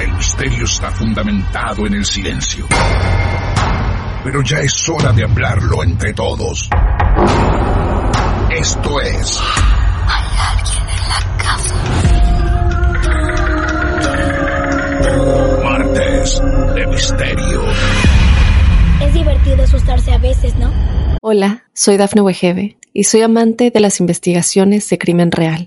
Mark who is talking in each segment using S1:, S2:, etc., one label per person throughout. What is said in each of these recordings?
S1: El misterio está fundamentado en el silencio. Pero ya es hora de hablarlo entre todos. Esto es
S2: Hay alguien en la casa.
S1: Martes de Misterio.
S3: Es divertido asustarse a veces, ¿no?
S4: Hola, soy Dafne Wegebe y soy amante de las investigaciones de crimen real.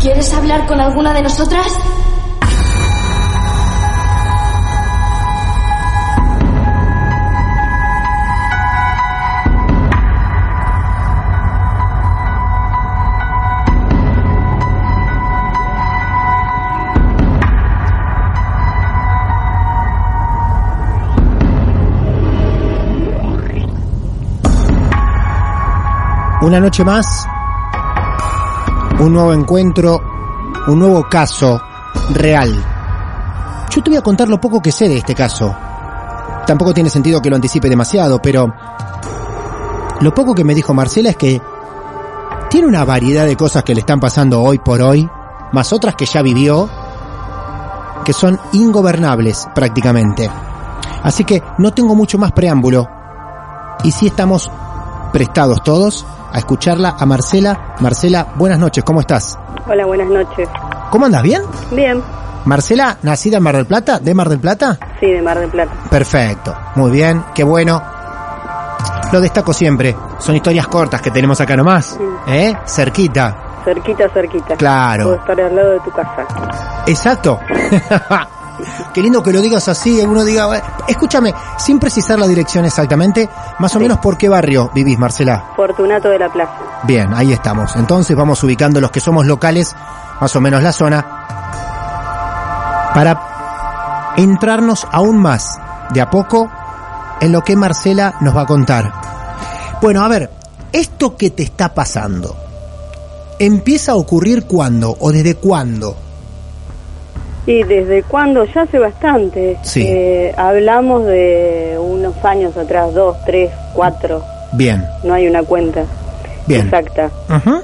S3: ¿Quieres hablar con alguna de nosotras?
S5: Una noche más, un nuevo encuentro, un nuevo caso real. Yo te voy a contar lo poco que sé de este caso. Tampoco tiene sentido que lo anticipe demasiado, pero lo poco que me dijo Marcela es que tiene una variedad de cosas que le están pasando hoy por hoy, más otras que ya vivió, que son ingobernables prácticamente. Así que no tengo mucho más preámbulo. Y sí estamos prestados todos a escucharla a Marcela. Marcela, buenas noches, ¿cómo estás?
S6: Hola, buenas noches.
S5: ¿Cómo andas? ¿Bien?
S6: Bien,
S5: Marcela, nacida en Mar del Plata, de Mar del Plata.
S6: sí, de Mar del Plata.
S5: Perfecto, muy bien, qué bueno. Lo destaco siempre, son historias cortas que tenemos acá nomás, ¿eh? Cerquita,
S6: Cerquita, cerquita. Puedo
S5: claro.
S6: estar al lado de tu casa.
S5: Exacto. Qué lindo que lo digas así, alguno diga, "Eh, escúchame, sin precisar la dirección exactamente, más o menos por qué barrio vivís, Marcela.
S6: Fortunato de la Plaza.
S5: Bien, ahí estamos. Entonces vamos ubicando los que somos locales, más o menos la zona, para entrarnos aún más, de a poco, en lo que Marcela nos va a contar. Bueno, a ver, esto que te está pasando, ¿empieza a ocurrir cuándo o desde cuándo?
S6: Y desde cuándo, ya hace bastante.
S5: Sí.
S6: Eh, hablamos de unos años atrás, dos, tres, cuatro.
S5: Bien,
S6: No hay una cuenta
S5: bien.
S6: exacta.
S5: Ujú.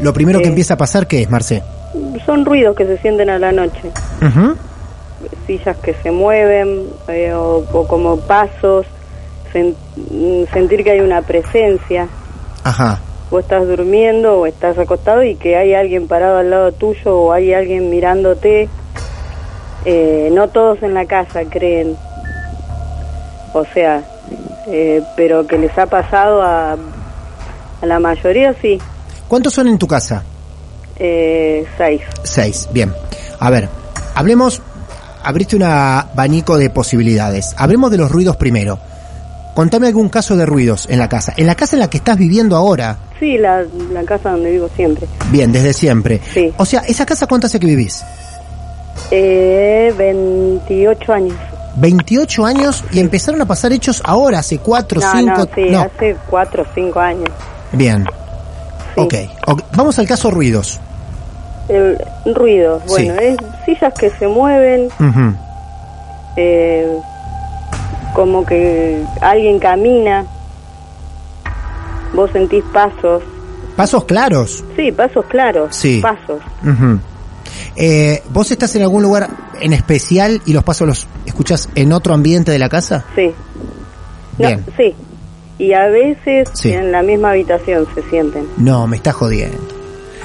S5: Lo primero que
S6: Eh.
S5: empieza a pasar, ¿qué es, Marce?
S6: Son ruidos que se sienten a la noche.
S5: Ujú.
S6: Sillas que se mueven eh, o, o como pasos. Sen- mm, sentir que hay una presencia.
S5: Ajá.
S6: Vos estás durmiendo o estás acostado y que hay alguien parado al lado tuyo o hay alguien mirándote. Eh, no todos en la casa creen. O sea, eh, pero que les ha pasado a, a la mayoría, sí.
S5: ¿Cuántos son en tu casa?
S6: Eh, seis.
S5: 6, bien. A ver, hablemos, abriste un abanico de posibilidades. Hablemos de los ruidos primero. Contame algún caso de ruidos en la casa. En la casa en la que estás viviendo ahora.
S6: Sí, la, la casa donde vivo siempre.
S5: Bien, desde siempre.
S6: Sí.
S5: O sea, ¿esa casa cuánto hace que vivís?
S6: Eh, 28 años.
S5: 28 años y empezaron a pasar hechos ahora, hace 4,
S6: No,
S5: 5...
S6: no, sí, hace cuatro o cinco años.
S5: Bien. Ok, ok. Vamos al caso ruidos.
S6: El ruido,
S5: Sí.
S6: bueno, es sillas que se mueven,
S5: Ujú.
S6: eh, como que alguien camina, vos sentís pasos,
S5: Pasos claros.
S6: sí, pasos claros,
S5: Sí.
S6: pasos.
S5: Ujú. Eh, ¿Vos estás en algún lugar en especial y los pasos los escuchas en otro ambiente de la casa?
S6: Sí.
S5: Bien.
S6: sí. Y a veces
S5: Sí.
S6: en la misma habitación se sienten.
S5: No, me estás jodiendo.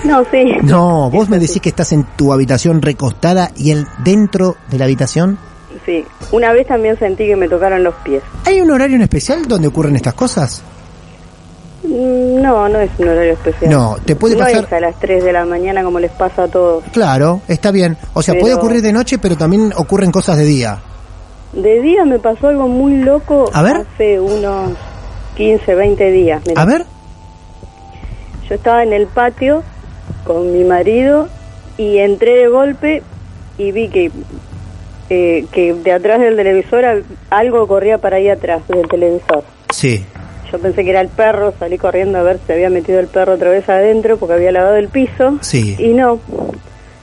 S6: No, sí.
S5: No, vos me decís que estás en tu habitación recostada y el dentro de la habitación.
S6: Sí. Una vez también sentí que me tocaron los pies.
S5: ¿Hay un horario en especial donde ocurren estas cosas?
S6: Mm, No, no es un horario especial.
S5: No, te puede
S6: No
S5: pasar-
S6: es a las 3 de la mañana como les pasa a todos.
S5: Claro, está bien. O sea, puede
S6: Pero-
S5: ocurrir de noche, pero también ocurren cosas de día.
S6: De día me pasó algo muy loco.
S5: A ver.
S6: Hace unos 15, 20 días. Mirá.
S5: A ver,
S6: Yo estaba en el patio con mi marido y entré de golpe y vi que, eh, que de atrás del televisor al- algo corría para ahí atrás del televisor.
S5: sí.
S6: Yo pensé que era el perro, salí corriendo a ver si había metido el perro otra vez adentro porque había lavado el piso.
S5: Sí.
S6: Y no.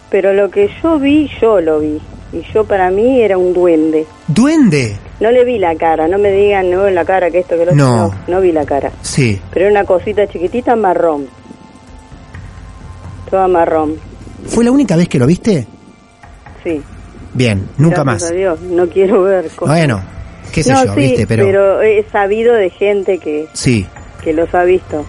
S6: Pero lo que yo vi, yo lo vi. Y yo para mí era un duende.
S5: Duende.
S6: No le vi la cara, no me digan, no, la cara, que esto, que lo otro.
S5: No.
S6: no, no vi la cara
S5: Sí.
S6: pero era una cosita chiquitita marrón. Toda marrón,
S5: ¿Fue la única vez que lo viste?
S6: sí.
S5: Bien, nunca
S6: Gracias
S5: más.
S6: a Dios, no quiero ver cosas.
S5: Bueno, qué sé
S6: no,
S5: yo,
S6: sí,
S5: viste, pero...
S6: he sabido de gente que,
S5: Sí,
S6: que los ha visto.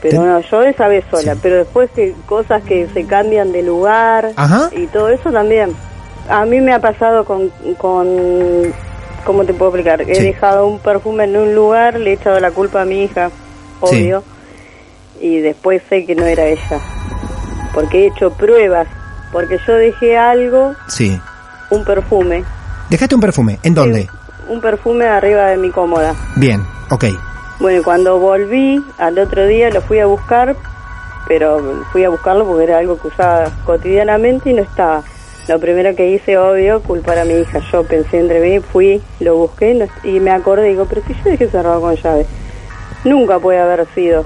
S6: Pero
S5: Ten-
S6: no, yo esa vez sola, pero después que cosas que se cambian de lugar
S5: Ajá.
S6: y todo eso también. A mí me ha pasado con, con ¿cómo te puedo explicar? He
S5: Sí.
S6: dejado un perfume en un lugar, le he echado la culpa a mi hija,
S5: Sí.
S6: obvio, y después sé que no era ella, porque he hecho pruebas, porque yo dejé algo,
S5: sí.
S6: un perfume.
S5: Dejaste un perfume. ¿En dónde?
S6: Un perfume arriba de mi cómoda.
S5: Bien, ok.
S6: Bueno, y cuando volví al otro día lo fui a buscar, pero fui a buscarlo porque era algo que usaba cotidianamente y no estaba. Lo primero que hice, obvio, culpar a mi hija. Yo pensé entre mí, fui, lo busqué no- y me acordé y digo, pero si yo dejé cerrado con llave. Nunca puede haber sido.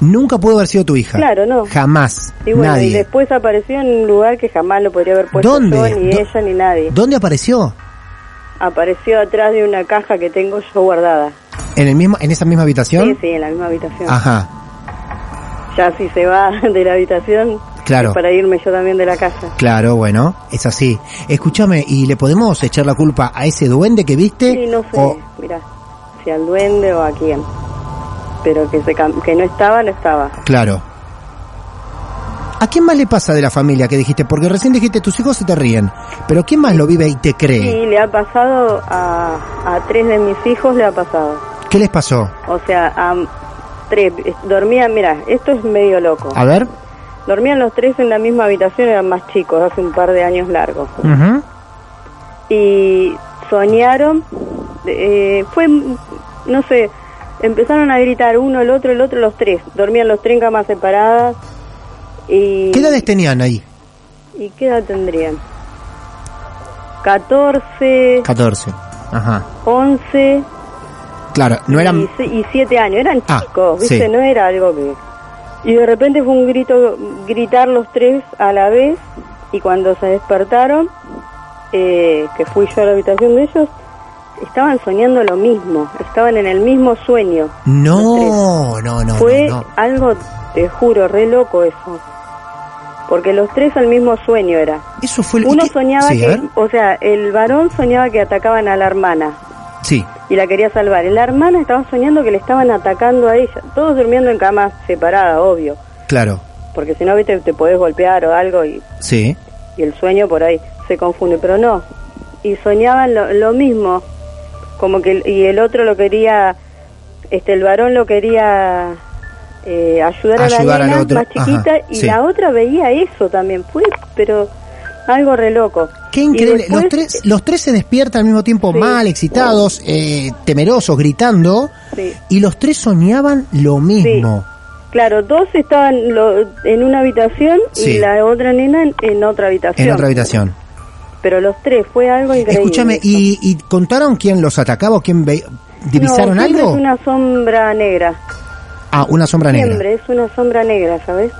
S5: Nunca pudo haber sido tu hija.
S6: Claro, no.
S5: Jamás.
S6: Y bueno,
S5: nadie.
S6: y después apareció en un lugar que jamás lo podría haber puesto
S5: ¿Dónde?
S6: yo, ni
S5: Do-
S6: ella, ni nadie.
S5: ¿Dónde apareció?
S6: Apareció atrás de una caja que tengo yo guardada.
S5: ¿En, el mismo, en esa misma habitación?
S6: Sí, sí, en la misma habitación.
S5: Ajá,
S6: Ya si se va de la habitación,
S5: Claro.
S6: es para irme yo también de la casa.
S5: claro, bueno, es así. Escúchame, ¿y le podemos echar la culpa a ese duende que viste?
S6: Sí, no sé,
S5: O-
S6: mirá, si al duende o a quién. Pero que, se cam- que no estaba, no estaba.
S5: claro. ¿A quién más le pasa de la familia que dijiste? Porque recién dijiste tus hijos se te ríen. Pero ¿quién más lo vive y te cree?
S6: Y le ha pasado a, a tres de mis hijos, le ha pasado.
S5: ¿Qué les pasó?
S6: O sea, a tres, eh, dormían, mira, esto es medio loco.
S5: A ver.
S6: Dormían los tres en la misma habitación, eran más chicos, hace un par de años largos.
S5: Ujú.
S6: y soñaron, eh, fue, no sé, empezaron a gritar uno, el otro, el otro, los tres. Dormían los tres en camas separadas. Y,
S5: ¿Qué edades tenían ahí?
S6: ¿Y qué edad tendrían? 14,
S5: 14. Ajá.
S6: 11
S5: Claro, no eran...
S6: y, se- y 7 años. Eran
S5: Ah,
S6: chicos, ¿viste?
S5: sí.
S6: No era algo que... Y de repente fue un grito, gritar los tres a la vez. Y cuando se despertaron, eh, que fui yo a la habitación de ellos, estaban soñando lo mismo. Estaban en el mismo sueño.
S5: No, no, no, no.
S6: Fue
S5: no.
S6: algo, te juro, re loco eso. Porque los tres al mismo sueño era.
S5: Eso fue... lo-
S6: Uno
S5: ¿y qué?
S6: soñaba
S5: Sí, a
S6: que,
S5: ver.
S6: o sea, el varón soñaba que atacaban a la hermana
S5: Sí,
S6: y la quería salvar. Y La hermana estaba soñando que le estaban atacando a ella, todos durmiendo en camas separadas, obvio,
S5: claro.
S6: porque si no, viste, te podés golpear o algo y,
S5: Sí.
S6: y el sueño por ahí se confunde, pero no. Y soñaban lo, lo mismo, como que el- y el otro lo quería, este, el varón lo quería eh,
S5: Ayudar
S6: ayudar, a la
S5: al
S6: nena
S5: otro,
S6: más chiquita
S5: ajá,
S6: y
S5: sí.
S6: la otra veía eso también, fue, pero algo re loco.
S5: Qué
S6: Y
S5: increíble. los,
S6: después-
S5: tres, los tres se despiertan al mismo tiempo
S6: Sí.
S5: mal, excitados, eh, temerosos, gritando.
S6: Sí.
S5: Y los tres soñaban lo mismo.
S6: Claro, dos estaban lo- en una habitación
S5: Sí.
S6: y la otra nena en, en otra habitación.
S5: En otra habitación.
S6: Pero los tres, fue algo increíble.
S5: Escúchame, ¿y, y contaron quién los atacaba o quién ve-
S6: No,
S5: divisaron
S6: siempre
S5: algo?
S6: Es una sombra negra.
S5: Ah, una sombra negra.
S6: Siempre es una sombra negra, ¿sabes?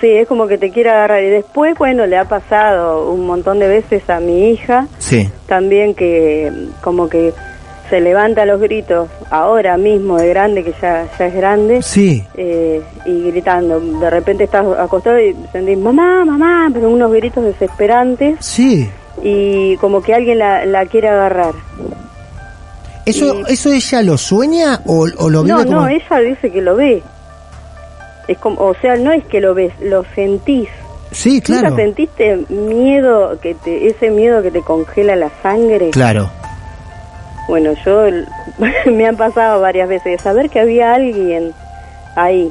S6: Sí, es como que te quiere agarrar. Y después, bueno, le ha pasado un montón de veces a mi hija
S5: Sí.
S6: también que mm, como que se levanta a los gritos ahora mismo de grande, que ya, ya es grande,
S5: Sí.
S6: eh, y gritando. De repente estás acostado y sentís, mamá, mamá, pero unos gritos desesperantes
S5: Sí.
S6: y como que alguien la, la quiere agarrar.
S5: ¿Eso, ¿Eso ella lo sueña o, o lo vive
S6: No,
S5: como.?
S6: no, ella dice que lo ve. Es como, o sea, no es que lo ves, lo sentís.
S5: Sí, claro.
S6: ¿Nunca sentiste miedo, que te, ese miedo que te congela la sangre?
S5: Claro.
S6: Bueno, yo me han pasado varias veces de saber que había alguien ahí.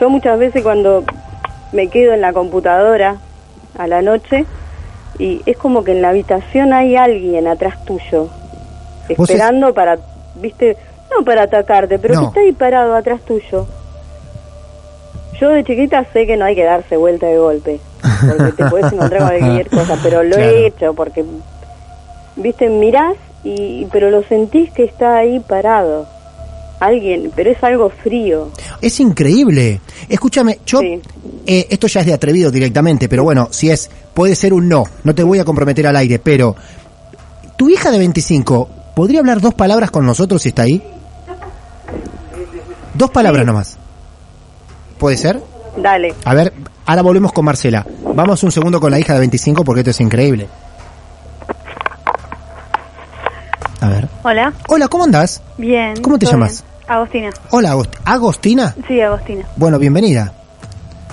S6: Yo muchas veces cuando me quedo en la computadora a la noche y es como que en la habitación hay alguien atrás tuyo
S5: ¿Vos es-
S6: esperando para, viste, no para atacarte, pero
S5: No.
S6: que está ahí parado atrás tuyo. Yo de chiquita sé que no hay que darse vuelta de golpe, porque te puedes encontrar con cualquier cosa, pero lo
S5: Claro.
S6: he hecho porque viste, mirás y pero lo sentís que está ahí parado. Alguien, pero es algo frío.
S5: Es increíble. Escúchame, yo.
S6: Sí.
S5: eh, esto ya es de atrevido directamente, pero bueno, si es. Puede ser un no. No te voy a comprometer al aire, pero. ¿Tu hija de 25 podría hablar dos palabras con nosotros si está ahí? Dos palabras nomás. ¿Puede ser?
S6: Dale.
S5: A ver, ahora volvemos con Marcela. Vamos un segundo con la hija de 25 porque esto es increíble. A ver.
S7: Hola,
S5: Hola, ¿cómo andás?
S7: bien.
S5: ¿Cómo te
S7: todo
S5: llamas?
S7: bien. Agostina.
S5: Hola, Agost- Agostina.
S7: Sí, Agostina.
S5: Bueno, bienvenida.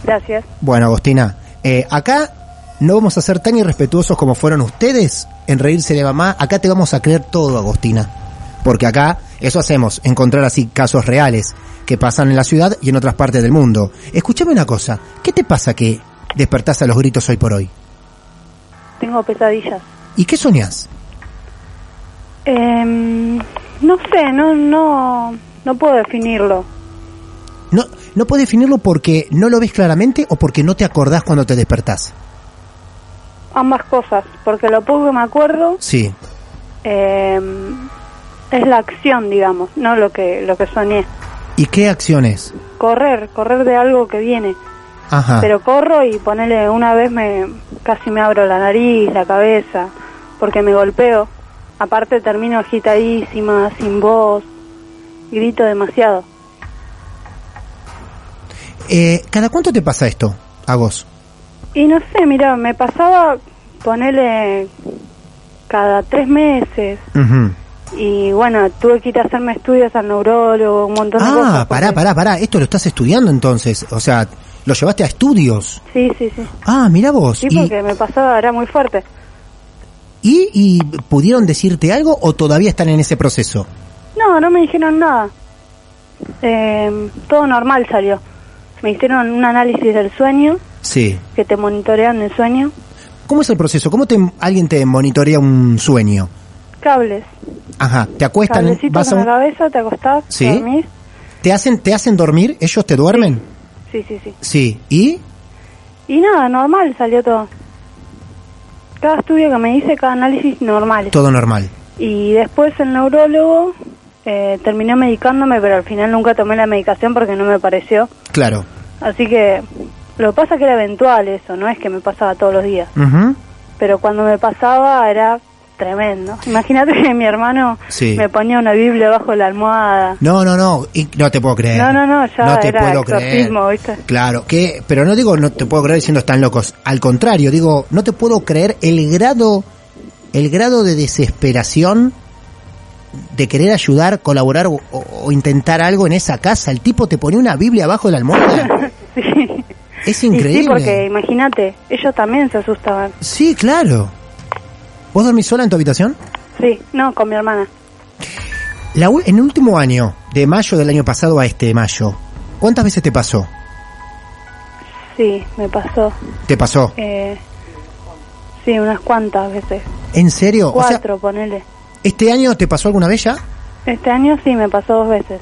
S7: Gracias.
S5: Bueno, Agostina, eh, acá no vamos a ser tan irrespetuosos como fueron ustedes en reírse de mamá. Acá te vamos a creer todo, Agostina. Porque acá eso hacemos, encontrar así casos reales que pasan en la ciudad y en otras partes del mundo. Escúchame una cosa, ¿qué te pasa que despertás a los gritos hoy por hoy?
S7: Tengo pesadillas.
S5: ¿Y qué soñás?
S7: Em, no sé, no, no, no puedo definirlo.
S5: No, no puedes definirlo porque no lo ves claramente o porque no te acordás cuando te despertás.
S7: Ambas cosas, porque lo poco que me acuerdo
S5: Sí.
S7: em, es la acción, digamos, no lo que lo que soñé.
S5: ¿Y qué acciones?
S7: Correr, correr de algo que viene.
S5: Ajá.
S7: Pero corro y ponele una vez me casi me abro la nariz, la cabeza, porque me golpeo. Aparte termino agitadísima, sin voz, grito demasiado.
S5: Eh, ¿Cada cuánto te pasa esto, Agos?
S7: Y no sé, mira, me pasaba ponerle cada tres meses.
S5: Ujú.
S7: Y bueno, tuve que ir a hacerme estudios al neurólogo, un montón de cosas.
S5: Ah, pará,
S7: porque-
S5: pará, pará. Esto lo estás estudiando entonces. O sea, lo llevaste a estudios.
S7: Sí, sí, sí.
S5: Ah, mira vos.
S7: Sí,
S5: ¿Y,
S7: porque me pasaba, era muy fuerte.
S5: y, y pudieron decirte algo o todavía están en ese proceso?
S7: No, no me dijeron nada. Eh, todo normal salió. Me hicieron un análisis del sueño,
S5: Sí.
S7: que te monitorean el sueño.
S5: ¿Cómo es el proceso? ¿Cómo te, alguien te monitorea un sueño?
S7: Cables.
S5: Ajá, te acuestan,
S7: Cablecitos
S5: vas a
S7: en
S5: un-
S7: la cabeza, te acostás,
S5: Sí.
S7: dormís.
S5: te hacen te hacen dormir, ellos te duermen.
S7: Sí, sí, sí.
S5: Sí. ¿Y
S7: Y nada, normal salió todo. Cada estudio que me hice, cada análisis normal.
S5: todo normal?
S7: Y después el neurólogo eh, terminó medicándome, pero al final nunca tomé la medicación porque no me pareció.
S5: Claro.
S7: Así que lo que pasa es que era eventual eso, no es que me pasaba todos los días.
S5: Ujú.
S7: Pero cuando me pasaba era tremendo. Imagínate que mi hermano
S5: Sí.
S7: me ponía una Biblia bajo la almohada.
S5: No, no, no, y- no te puedo creer.
S7: No, no, no, ya
S5: no te
S7: era
S5: puedo creer.
S7: exorcismo, ¿viste?
S5: Claro, que, pero no digo no te puedo creer diciendo están locos. Al contrario, digo, no te puedo creer el grado el grado de desesperación de querer ayudar, colaborar o, o- o intentar algo en esa casa. El tipo te ponía una Biblia abajo de la almohada.
S7: Sí.
S5: Es
S7: Y
S5: increíble.
S7: sí, porque imagínate, ellos también se asustaban.
S5: Sí, claro. ¿Vos dormís sola en tu habitación?
S7: Sí, no, con mi hermana.
S5: La u- en el último año, de mayo del año pasado a este mayo, ¿cuántas veces te pasó?
S7: Sí, me pasó.
S5: ¿Te pasó?
S7: Eh, sí, unas cuantas veces.
S5: ¿En serio? O sea,
S7: Cuatro, ponele.
S5: ¿este año te pasó alguna vez ya?
S7: Este año sí me pasó dos veces.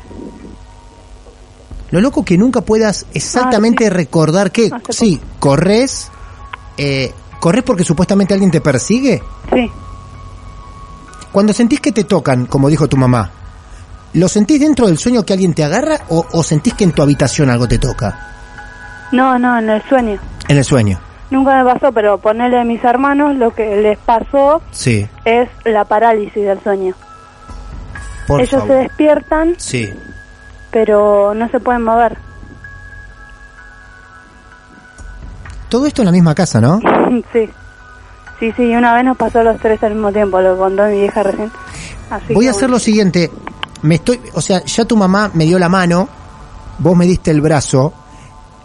S5: Lo loco que nunca puedas exactamente
S7: Ah, sí.
S5: recordar que,
S7: Hace
S5: sí, corres, eh, corres porque supuestamente alguien te persigue.
S7: Sí,
S5: Cuando sentís que te tocan, como dijo tu mamá, ¿Lo sentís dentro del sueño que alguien te agarra o, o sentís que en tu habitación algo te toca?
S7: No, no, en el sueño.
S5: En el sueño.
S7: Nunca me pasó, pero ponerle a mis hermanos lo que les pasó
S5: Sí.
S7: es la parálisis del sueño.
S5: Por
S7: Ellos se
S5: favor.
S7: despiertan,
S5: Sí.
S7: pero no se pueden mover.
S5: Todo esto en la misma casa, ¿no?
S7: sí. Sí, sí, una vez nos pasó a los tres al mismo tiempo, lo contó mi vieja recién. Así
S5: Voy
S7: que
S5: a hacer lo siguiente. Me estoy, o sea, ya tu mamá me dio la mano, vos me diste el brazo.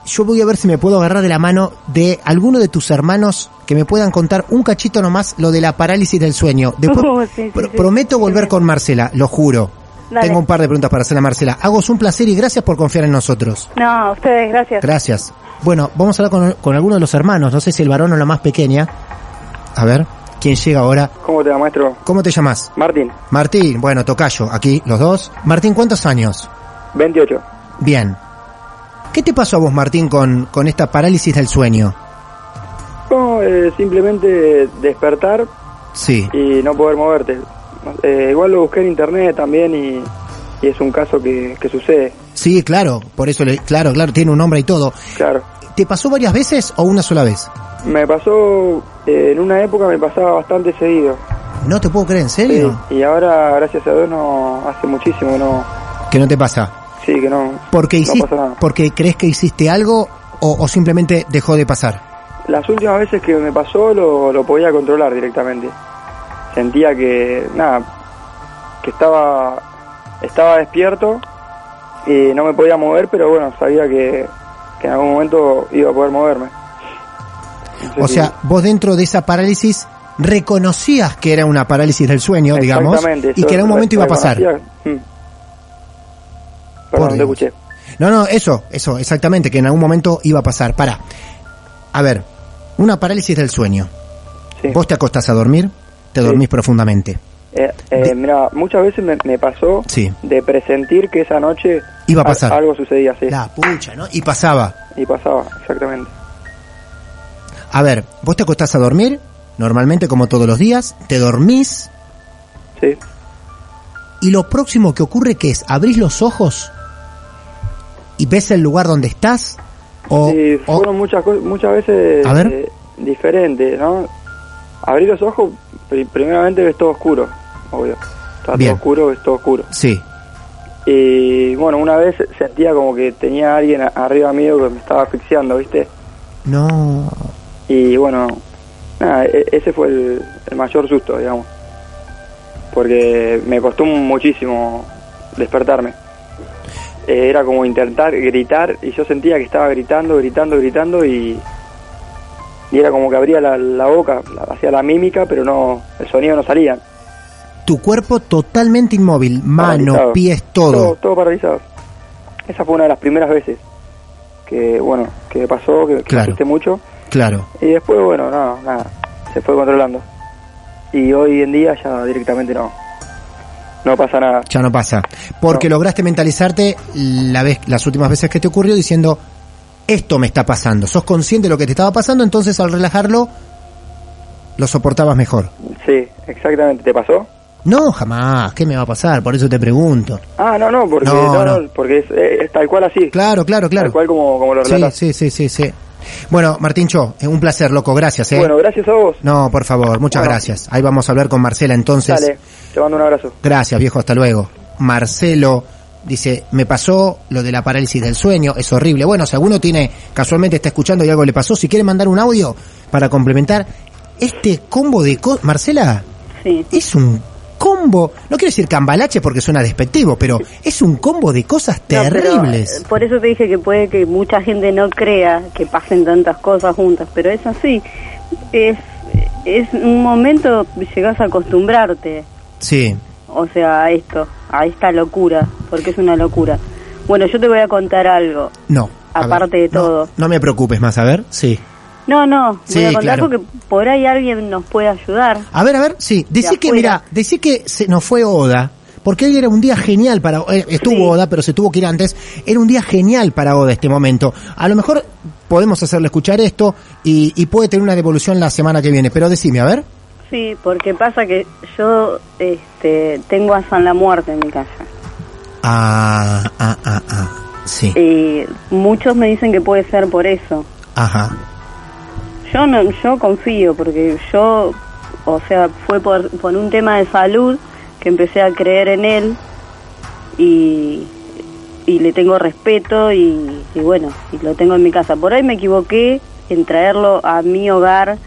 S5: Yo voy a ver si me puedo agarrar de la mano de alguno de tus hermanos que me puedan contar un cachito nomás lo de la parálisis del sueño. Después
S7: Uh, sí, sí,
S5: pro-
S7: sí.
S5: prometo volver con Marcela, lo juro.
S7: Dale.
S5: Tengo un par de preguntas para hacerle a Marcela. Hago un placer y gracias por confiar en nosotros.
S7: bueno. No, a ustedes, gracias.
S5: Gracias. Bueno, vamos a hablar con, con alguno de los hermanos, no sé si el varón o la más pequeña. A ver, ¿quién llega ahora?
S8: ¿Cómo te va, maestro?
S5: ¿Cómo te llamas?
S8: Martín,
S5: Martín, bueno, tocayo, aquí los dos. Martín, ¿cuántos años?
S8: 28.
S5: Bien. ¿Qué te pasó a vos, Martín, con, con esta parálisis del sueño?
S8: No, eh, simplemente despertar
S5: Sí.
S8: y no poder moverte. Eh, igual lo busqué en internet también y, y es un caso que, que sucede,
S5: Sí, claro, por eso, le, claro, claro, tiene un nombre y todo.
S8: claro.
S5: ¿Te pasó varias veces o una sola vez?
S8: Me pasó, eh, en una época me pasaba bastante seguido.
S5: No te puedo creer, ¿en serio?
S8: Sí, y ahora, gracias a Dios, no hace muchísimo, no.
S5: Que no te pasa.
S8: Sí, que no.
S5: ¿Porque,
S8: no
S5: hiciste,
S8: pasa nada.
S5: porque crees que hiciste algo o, o simplemente dejó de pasar?
S8: Las últimas veces que me pasó lo, lo podía controlar directamente. Sentía que, nada, que estaba, estaba despierto y no me podía mover, pero bueno, sabía que, que en algún momento iba a poder moverme. No sé
S5: O
S8: si-
S5: sea, vos dentro de esa parálisis reconocías que era una parálisis del sueño, digamos,
S8: Exactamente,
S5: y
S8: yo
S5: que en un
S8: re-
S5: momento iba a pasar.
S8: reconocía- Mm. Perdón,
S5: Por
S8: no te
S5: Dios.
S8: escuché.
S5: No, no, eso, eso, exactamente, que en algún momento iba a pasar. Para. A ver, una parálisis del sueño.
S8: Sí.
S5: Vos te acostás a dormir, te dormís profundamente.
S8: Eh, eh, Mira, muchas veces me, me pasó
S5: Sí.
S8: de presentir que esa noche
S5: Iba a
S8: al-
S5: pasar.
S8: algo sucedía, sí.
S5: La pucha, ¿no? Y pasaba.
S8: Y pasaba, exactamente.
S5: A ver, vos te acostás a dormir, normalmente como todos los días, te dormís,
S8: Sí.
S5: y lo próximo que ocurre que es abrís los ojos y ves el lugar donde estás, o,
S8: Sí,
S5: o-
S8: fueron muchas co- muchas veces
S5: A ver.
S8: eh, diferentes, ¿no? Abrir los ojos, pri- primeramente ves todo oscuro, obvio. Está
S5: Bien.
S8: todo oscuro, ves todo oscuro.
S5: sí,
S8: Y bueno, una vez sentía como que tenía a alguien a- arriba mío que me estaba asfixiando, ¿viste?
S5: no,
S8: Y bueno, nada, e- ese fue el, el mayor susto, digamos. Porque me costó muchísimo despertarme. Eh, era como intentar gritar y yo sentía que estaba gritando, gritando, gritando y, y era como que abría la, la boca, la- hacía la mímica, pero no el sonido no salía.
S5: tu cuerpo totalmente inmóvil, mano,
S8: Paralizado.
S5: pies,
S8: Todo,
S5: todo.
S8: todo paralizado. Esa fue una de las primeras veces que, bueno, que me pasó, que, que me
S5: Claro.
S8: asusté mucho.
S5: Claro.
S8: Y después, bueno, no, nada, se fue controlando. Y hoy en día ya directamente no. No pasa nada.
S5: Ya no pasa. Porque
S8: No.
S5: lograste mentalizarte la vez, las últimas veces que te ocurrió diciendo, esto me está pasando. Sos consciente de lo que te estaba pasando, entonces al relajarlo, lo soportabas mejor.
S8: Sí, exactamente. ¿Te pasó?
S5: No, jamás. ¿Qué me va a pasar? Por eso te pregunto.
S8: Ah, no, no, porque,
S5: No,
S8: no,
S5: no.
S8: no, porque es, eh, es tal cual así.
S5: Claro, claro, claro.
S8: Tal cual como, como lo
S5: Sí,
S8: relatas.
S5: sí, sí, sí, sí. Bueno, Martín Cho, eh, un placer, loco. Gracias, ¿eh?
S8: Bueno, gracias a vos.
S5: no, por favor, muchas
S8: Bueno.
S5: gracias. Ahí vamos a hablar con Marcela entonces.
S8: Dale, te mando un abrazo.
S5: Gracias, viejo, hasta luego. Marcelo dice, me pasó lo de la parálisis del sueño, es horrible. Bueno, si alguno tiene, casualmente está escuchando y algo le pasó, si quiere mandar un audio para complementar este combo de cosas, Marcela,
S6: Sí.
S5: es un combo, no quiero decir cambalache porque suena despectivo, pero es un combo de cosas
S6: No, pero,
S5: terribles.
S6: eh, por eso te dije que puede que mucha gente no crea que pasen tantas cosas juntas, pero es así. Es, es un momento, llegas a acostumbrarte,
S5: Sí,
S6: o sea, a esto, a esta locura, porque es una locura. Bueno, yo te voy a contar algo.
S5: no. a
S6: Aparte de
S5: no,
S6: todo.
S5: No, me preocupes más, a ver, sí.
S6: No, no,
S5: Sí,
S6: voy a contar
S5: claro.
S6: porque por ahí alguien nos puede ayudar.
S5: A ver, a ver, sí, decí
S6: De
S5: que,
S6: afuera.
S5: mira, decí que se nos fue Oda, porque hoy era un día genial para, eh, estuvo
S6: Sí.
S5: Oda, pero se tuvo que ir antes, era un día genial para Oda este momento. A lo mejor podemos hacerle escuchar esto y, y puede tener una devolución la semana que viene, pero decime, a ver.
S6: Sí, porque pasa que yo este, tengo a San la Muerte en mi casa.
S5: Ah, ah, ah, ah. Sí.
S6: Y muchos me dicen que puede ser por eso.
S5: Ajá.
S6: Yo no, yo confío porque yo, o sea, fue por, por un tema de salud que empecé a creer en él y, y le tengo respeto y, y bueno, y lo tengo en mi casa. Por ahí me equivoqué en traerlo a mi hogar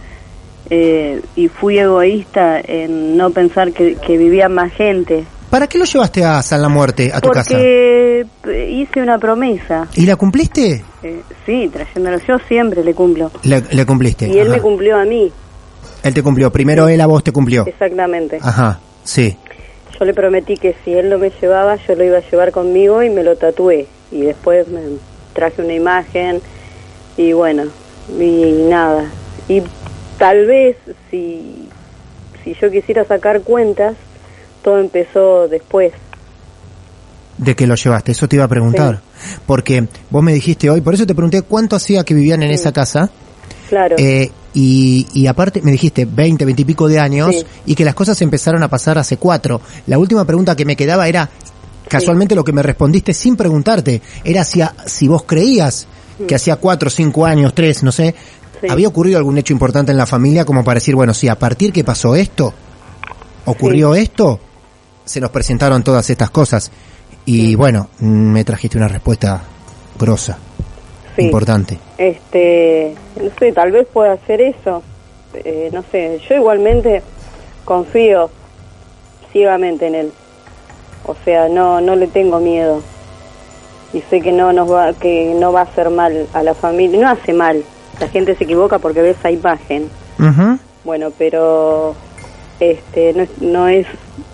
S6: eh, y fui egoísta en no pensar que, que vivía más gente.
S5: ¿Para qué lo llevaste a San la Muerte, a tu casa?
S6: Porque eh, hice una promesa.
S5: ¿Y la cumpliste?
S6: Eh, sí, trayéndolo. Yo siempre le cumplo.
S5: La, la cumpliste.
S6: Y él
S5: ajá.
S6: me cumplió a mí,
S5: Él te cumplió. Primero él a vos te cumplió.
S6: exactamente.
S5: Ajá, sí.
S6: Yo le prometí que si él no me llevaba, yo lo iba a llevar conmigo y me lo tatué. Y después me traje una imagen y bueno, y nada. Y tal vez si, si yo quisiera sacar cuentas, todo empezó después.
S5: ¿De qué lo llevaste? Eso te iba a preguntar. Porque vos me dijiste hoy, por eso te pregunté cuánto hacía que vivían en esa casa.
S6: Claro.
S5: Eh, y, y aparte me dijiste 20, 20 y pico de años
S6: Sí.
S5: y que las cosas empezaron a pasar hace cuatro. La última pregunta que me quedaba era, casualmente lo que me respondiste sin preguntarte, era si, a- si vos creías
S6: Mm.
S5: que hacía cuatro, cinco años, tres, no sé, había ocurrido algún hecho importante en la familia como para decir, bueno, sí, a partir que pasó esto, ocurrió esto, se nos presentaron todas estas cosas. Y bueno, mm, me trajiste una respuesta grosa,
S6: Sí.
S5: importante.
S6: Este, no sé, tal vez pueda hacer eso. Eh, no sé, yo igualmente confío ciegamente en él. O sea, no no le tengo miedo. Y sé que no nos va que no va a hacer mal a la familia, no hace mal. La gente se equivoca porque ve esa imagen.
S5: Ujú.
S6: Bueno, pero este no, es- no es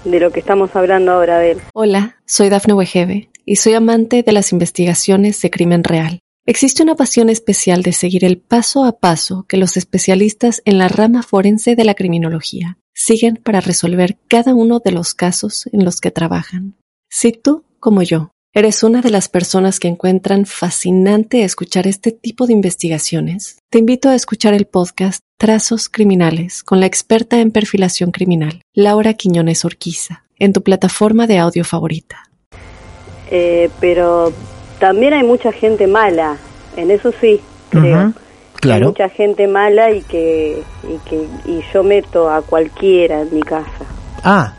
S6: de lo que estamos hablando ahora de él.
S4: Hola, soy Dafne Wegebe y soy amante de las investigaciones de crimen real. Existe una pasión especial de seguir el paso a paso que los especialistas en la rama forense de la criminología siguen para resolver cada uno de los casos en los que trabajan. Si tú, como yo, eres una de las personas que encuentran fascinante escuchar este tipo de investigaciones, te invito a escuchar el podcast Trazos Criminales con la experta en perfilación criminal, Laura Quiñones Orquiza, en tu plataforma de audio favorita.
S6: Eh, pero también hay mucha gente mala, en eso sí,
S5: Ujú.
S6: creo. Hay
S5: Claro.
S6: mucha gente mala y que, y que y yo meto a cualquiera en mi casa,
S5: Ah,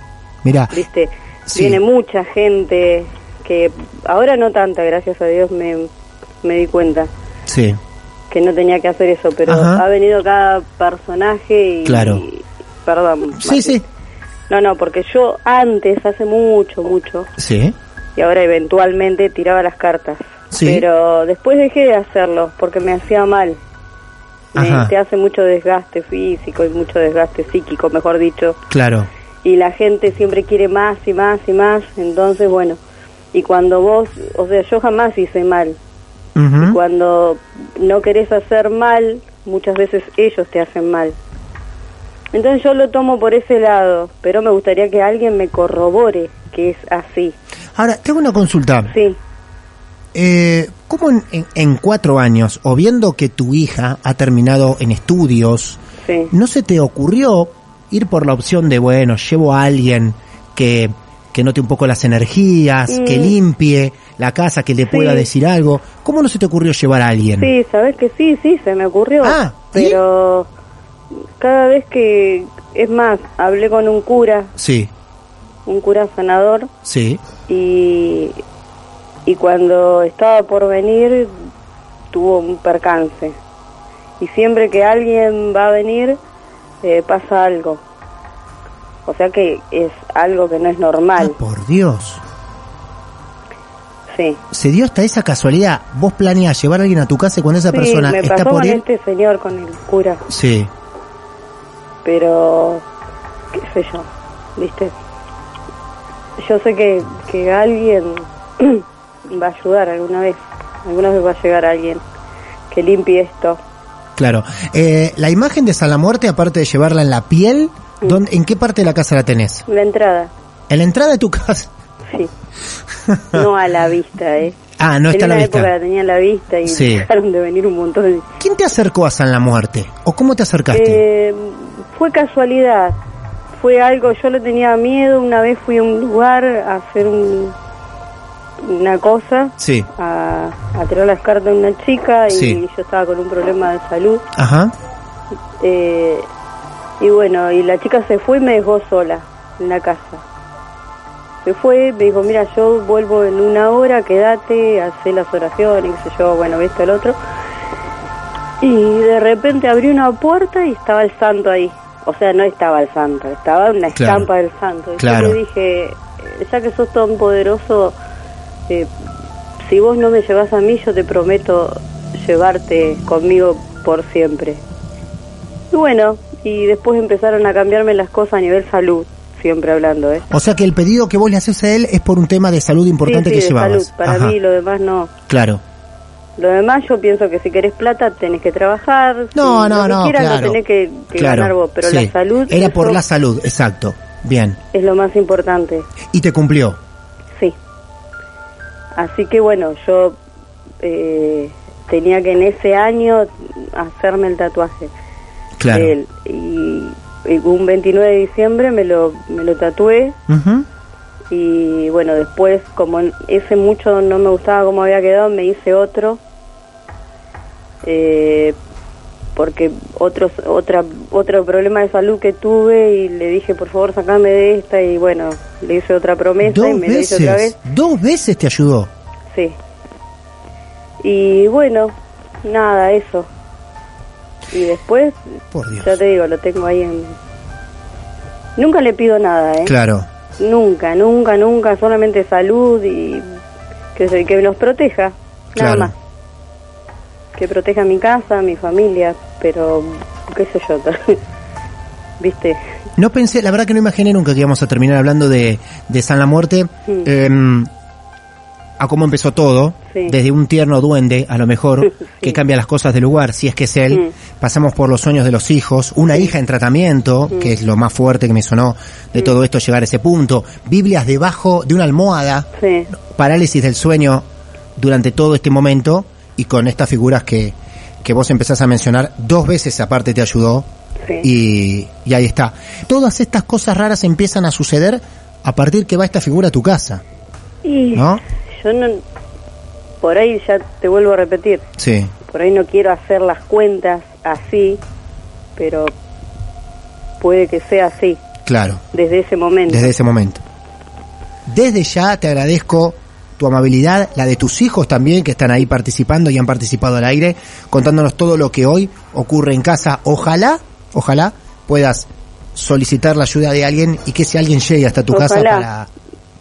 S5: mira,
S6: ¿viste?
S5: Sí.
S6: Viene mucha gente que ahora no tanta, gracias a Dios me, me di cuenta
S5: sí,
S6: que no tenía que hacer eso, pero
S5: Ajá.
S6: ha venido cada personaje y
S5: claro.
S6: perdón.
S5: Sí, sí,
S6: No, no, porque yo antes hace mucho, mucho
S5: sí.
S6: y ahora eventualmente tiraba las cartas.
S5: Sí.
S6: Pero después dejé de hacerlo porque me hacía mal. Me-
S5: Ajá.
S6: te hace mucho desgaste físico y mucho desgaste psíquico, mejor dicho.
S5: Claro.
S6: Y la gente siempre quiere más y más y más. Entonces, bueno, y cuando vos, o sea, yo jamás hice mal.
S5: Ujú.
S6: Cuando no querés hacer mal, muchas veces ellos te hacen mal. Entonces yo lo tomo por ese lado, pero me gustaría que alguien me corrobore que es así.
S5: Ahora, tengo una consulta.
S6: Sí.
S5: Eh, ¿Cómo en, en- en cuatro años, o viendo que tu hija ha terminado en estudios,
S6: Sí.
S5: no se te ocurrió ir por la opción de, bueno, llevo a alguien que, que note un poco las energías,
S6: Mm.
S5: que limpie la casa, que le pueda decir algo? ¿Cómo no se te ocurrió llevar a alguien?
S6: Sí, sabes que sí, sí, se me ocurrió.
S5: Mm. Ah, ¿y?
S6: pero cada vez que, es más, hablé con un cura,
S5: Sí,
S6: un cura sanador,
S5: sí.
S6: y, y cuando estaba por venir tuvo un percance. Y siempre que alguien va a venir, eh, pasa algo. O sea que es algo que no es normal,
S5: Por Dios. Ah,
S6: sí.
S5: ¿Se dio hasta esa casualidad? ¿Vos planeás llevar a alguien a tu casa y cuando esa
S6: Sí,
S5: persona
S6: me
S5: está
S6: pasó
S5: por
S6: con
S5: él?
S6: este señor, con el cura.
S5: Sí.
S6: pero qué sé yo, viste. Yo sé que, que alguien va a ayudar alguna vez, alguna vez va a llegar alguien que limpie esto.
S5: Claro. Eh, la imagen de San la Muerte, aparte de llevarla en la piel,
S6: Mm.
S5: ¿dónde- ¿en qué parte de la casa la tenés?
S6: La entrada,
S5: En la entrada de tu casa.
S6: sí, no a la vista, ¿eh?
S5: Ah, no
S6: en
S5: está a
S6: una
S5: la
S6: época
S5: vista.
S6: la tenía a la vista y
S5: Sí.
S6: dejaron de venir un montón de...
S5: ¿Quién te acercó a San la Muerte? ¿O cómo te acercaste?
S6: Eh, fue casualidad, fue algo, yo le tenía miedo, una vez fui a un lugar a hacer un, una cosa
S5: Sí.
S6: a, a tirar las cartas de una chica y
S5: Sí.
S6: yo estaba con un problema de salud.
S5: Ajá.
S6: Eh, y bueno, y la chica se fue y me dejó sola en la casa. Se fue, me dijo, mira, yo vuelvo en una hora, quédate, hacé las oraciones, qué sé yo, bueno, esto, el otro. Y de repente abrí una puerta y estaba el santo ahí. O sea, no estaba el santo, estaba una
S9: Claro.
S6: estampa del santo. Y
S9: Claro.
S6: yo le dije, eh, ya que sos tan poderoso, eh, si vos no me llevas a mí, yo te prometo llevarte conmigo por siempre. Y bueno, y después empezaron a cambiarme las cosas a nivel salud, siempre hablando, ¿eh?
S5: O sea que el pedido que vos le haces a él es por un tema de salud importante
S6: Sí, sí,
S5: que
S6: de
S5: llevabas.
S6: salud. Para
S5: Ajá.
S6: mí lo demás no.
S5: Claro.
S6: Lo demás yo pienso que si querés plata tenés que trabajar.
S5: No, no,
S6: si lo que
S5: no,
S6: quieras,
S5: claro.
S6: Lo tenés que, que
S5: claro.
S6: ganar vos, pero
S5: sí.
S6: la salud
S5: Era por
S6: eso
S5: la salud, exacto. Bien.
S6: es lo más importante.
S5: Y te cumplió.
S6: Sí. Así que bueno, yo eh, tenía que en ese año hacerme el tatuaje.
S5: Claro.
S6: de él. Y, y un 29 de diciembre me lo, me lo tatué
S5: Ujú.
S6: y bueno, después como en- ese mucho no me gustaba cómo había quedado, me hice otro. Eh, porque otros, otra, otro problema de salud que tuve y le dije por favor sacame de esta y bueno, le hice otra promesa y
S5: Dos
S6: me la hice
S5: veces.
S6: otra vez.
S5: Dos veces te ayudó.
S6: Sí. Y bueno, nada, eso. Y después,
S5: Por Dios.
S6: ya te digo, lo tengo ahí en... Nunca le pido nada, ¿eh?
S5: Claro.
S6: Nunca, nunca, nunca, solamente salud y que, se- que nos proteja, nada
S5: Claro.
S6: más. Que proteja mi casa, mi familia, pero qué sé yo, viste.
S5: No pensé, la verdad que no imaginé nunca que íbamos a terminar hablando de, de San la Muerte.
S6: Sí.
S5: Em, a cómo empezó todo,
S6: Sí.
S5: desde un tierno duende, a lo mejor, que cambia las cosas de lugar, si es que es él.
S6: Mm.
S5: Pasamos por los sueños de los hijos, una hija en tratamiento, que es lo más fuerte que me sonó
S6: Mm.
S5: de todo esto, llegar a ese punto. Biblias debajo de una almohada,
S6: Sí,
S5: parálisis del sueño durante todo este momento, y con estas figuras que, que vos empezás a mencionar, dos veces aparte te ayudó.
S6: sí.
S5: Y, y ahí está. Todas estas cosas raras empiezan a suceder a partir que va esta figura a tu casa,
S6: Y
S5: ¿no?
S6: yo no... Por ahí ya te vuelvo a repetir,
S5: Sí.
S6: por ahí no quiero hacer las cuentas así, pero puede que sea así
S5: Claro,
S6: desde ese momento.
S5: desde ese momento. Desde ya te agradezco tu amabilidad, la de tus hijos también que están ahí participando y han participado al aire, contándonos todo lo que hoy ocurre en casa. Ojalá, ojalá puedas solicitar la ayuda de alguien y que ese alguien llegue hasta tu casa
S6: Ojalá.
S5: para,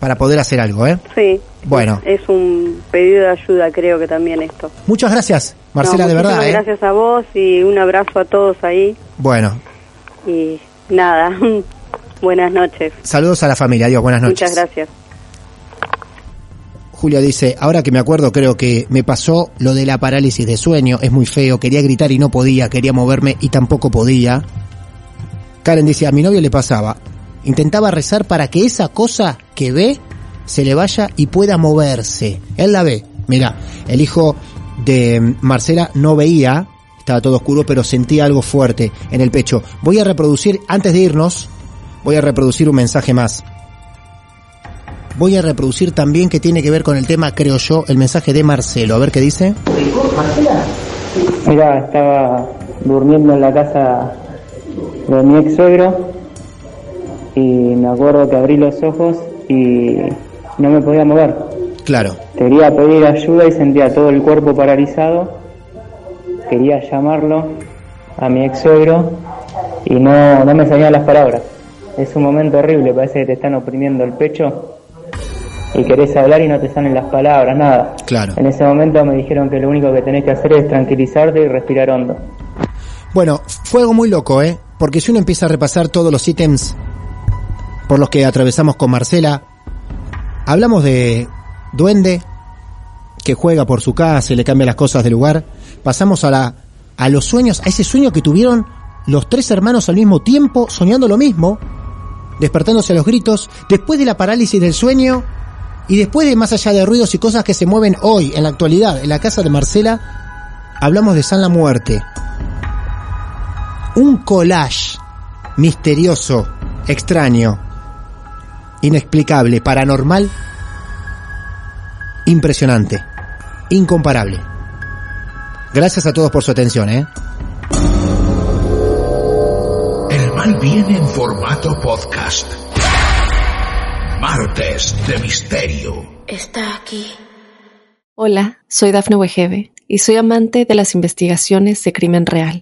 S5: para poder hacer algo, ¿eh?
S6: Sí.
S5: Bueno.
S6: Es un pedido de ayuda, creo que también esto.
S5: Muchas gracias, Marcela,
S6: No,
S5: de
S6: muchísimas
S5: verdad, ¿eh?
S6: Gracias a vos y un abrazo a todos ahí.
S5: Bueno,
S6: Y nada, buenas noches.
S5: saludos a la familia, adiós, buenas noches.
S6: Muchas gracias.
S5: Julia dice, ahora que me acuerdo creo que me pasó lo de la parálisis de sueño, es muy feo, quería gritar y no podía, quería moverme y tampoco podía. Karen dice, a mi novio le pasaba, intentaba rezar para que esa cosa que ve se le vaya y pueda moverse. Él la ve, mirá, el hijo de Marcela no veía, estaba todo oscuro, pero sentía algo fuerte en el pecho. Voy a reproducir, antes de irnos, voy a reproducir un mensaje más voy a reproducir también que tiene que ver con el tema, creo yo, el mensaje de Marcelo. A ver qué dice.
S10: Mira, estaba durmiendo en la casa de mi ex suegro y me acuerdo que abrí los ojos y no me podía mover.
S5: Claro.
S10: Quería pedir ayuda y sentía todo el cuerpo paralizado. Quería llamarlo a mi ex suegro y no, no me salían las palabras. Es un momento horrible, parece que te están oprimiendo el pecho y querés hablar y no te salen las palabras, nada.
S5: Claro.
S10: En ese momento me dijeron que lo único que tenés que hacer es tranquilizarte y respirar hondo.
S5: Bueno, fue algo muy loco, ¿eh? Porque si uno empieza a repasar todos los ítems por los que atravesamos con Marcela, hablamos de duende, que juega por su casa y le cambia las cosas de lugar. Pasamos a, la, a los sueños, a ese sueño que tuvieron los tres hermanos al mismo tiempo, soñando lo mismo, despertándose a los gritos, después de la parálisis del sueño y después de más allá de ruidos y cosas que se mueven hoy, en la actualidad, en la casa de Marcela, hablamos de San la Muerte. Un collage misterioso, extraño, inexplicable, paranormal, Impresionante. Incomparable. Gracias a todos por su atención, ¿eh?
S1: El mal viene en formato podcast. Martes de Misterio.
S3: Está aquí.
S4: Hola, soy Dafne Wegebe y soy amante de las investigaciones de crimen real.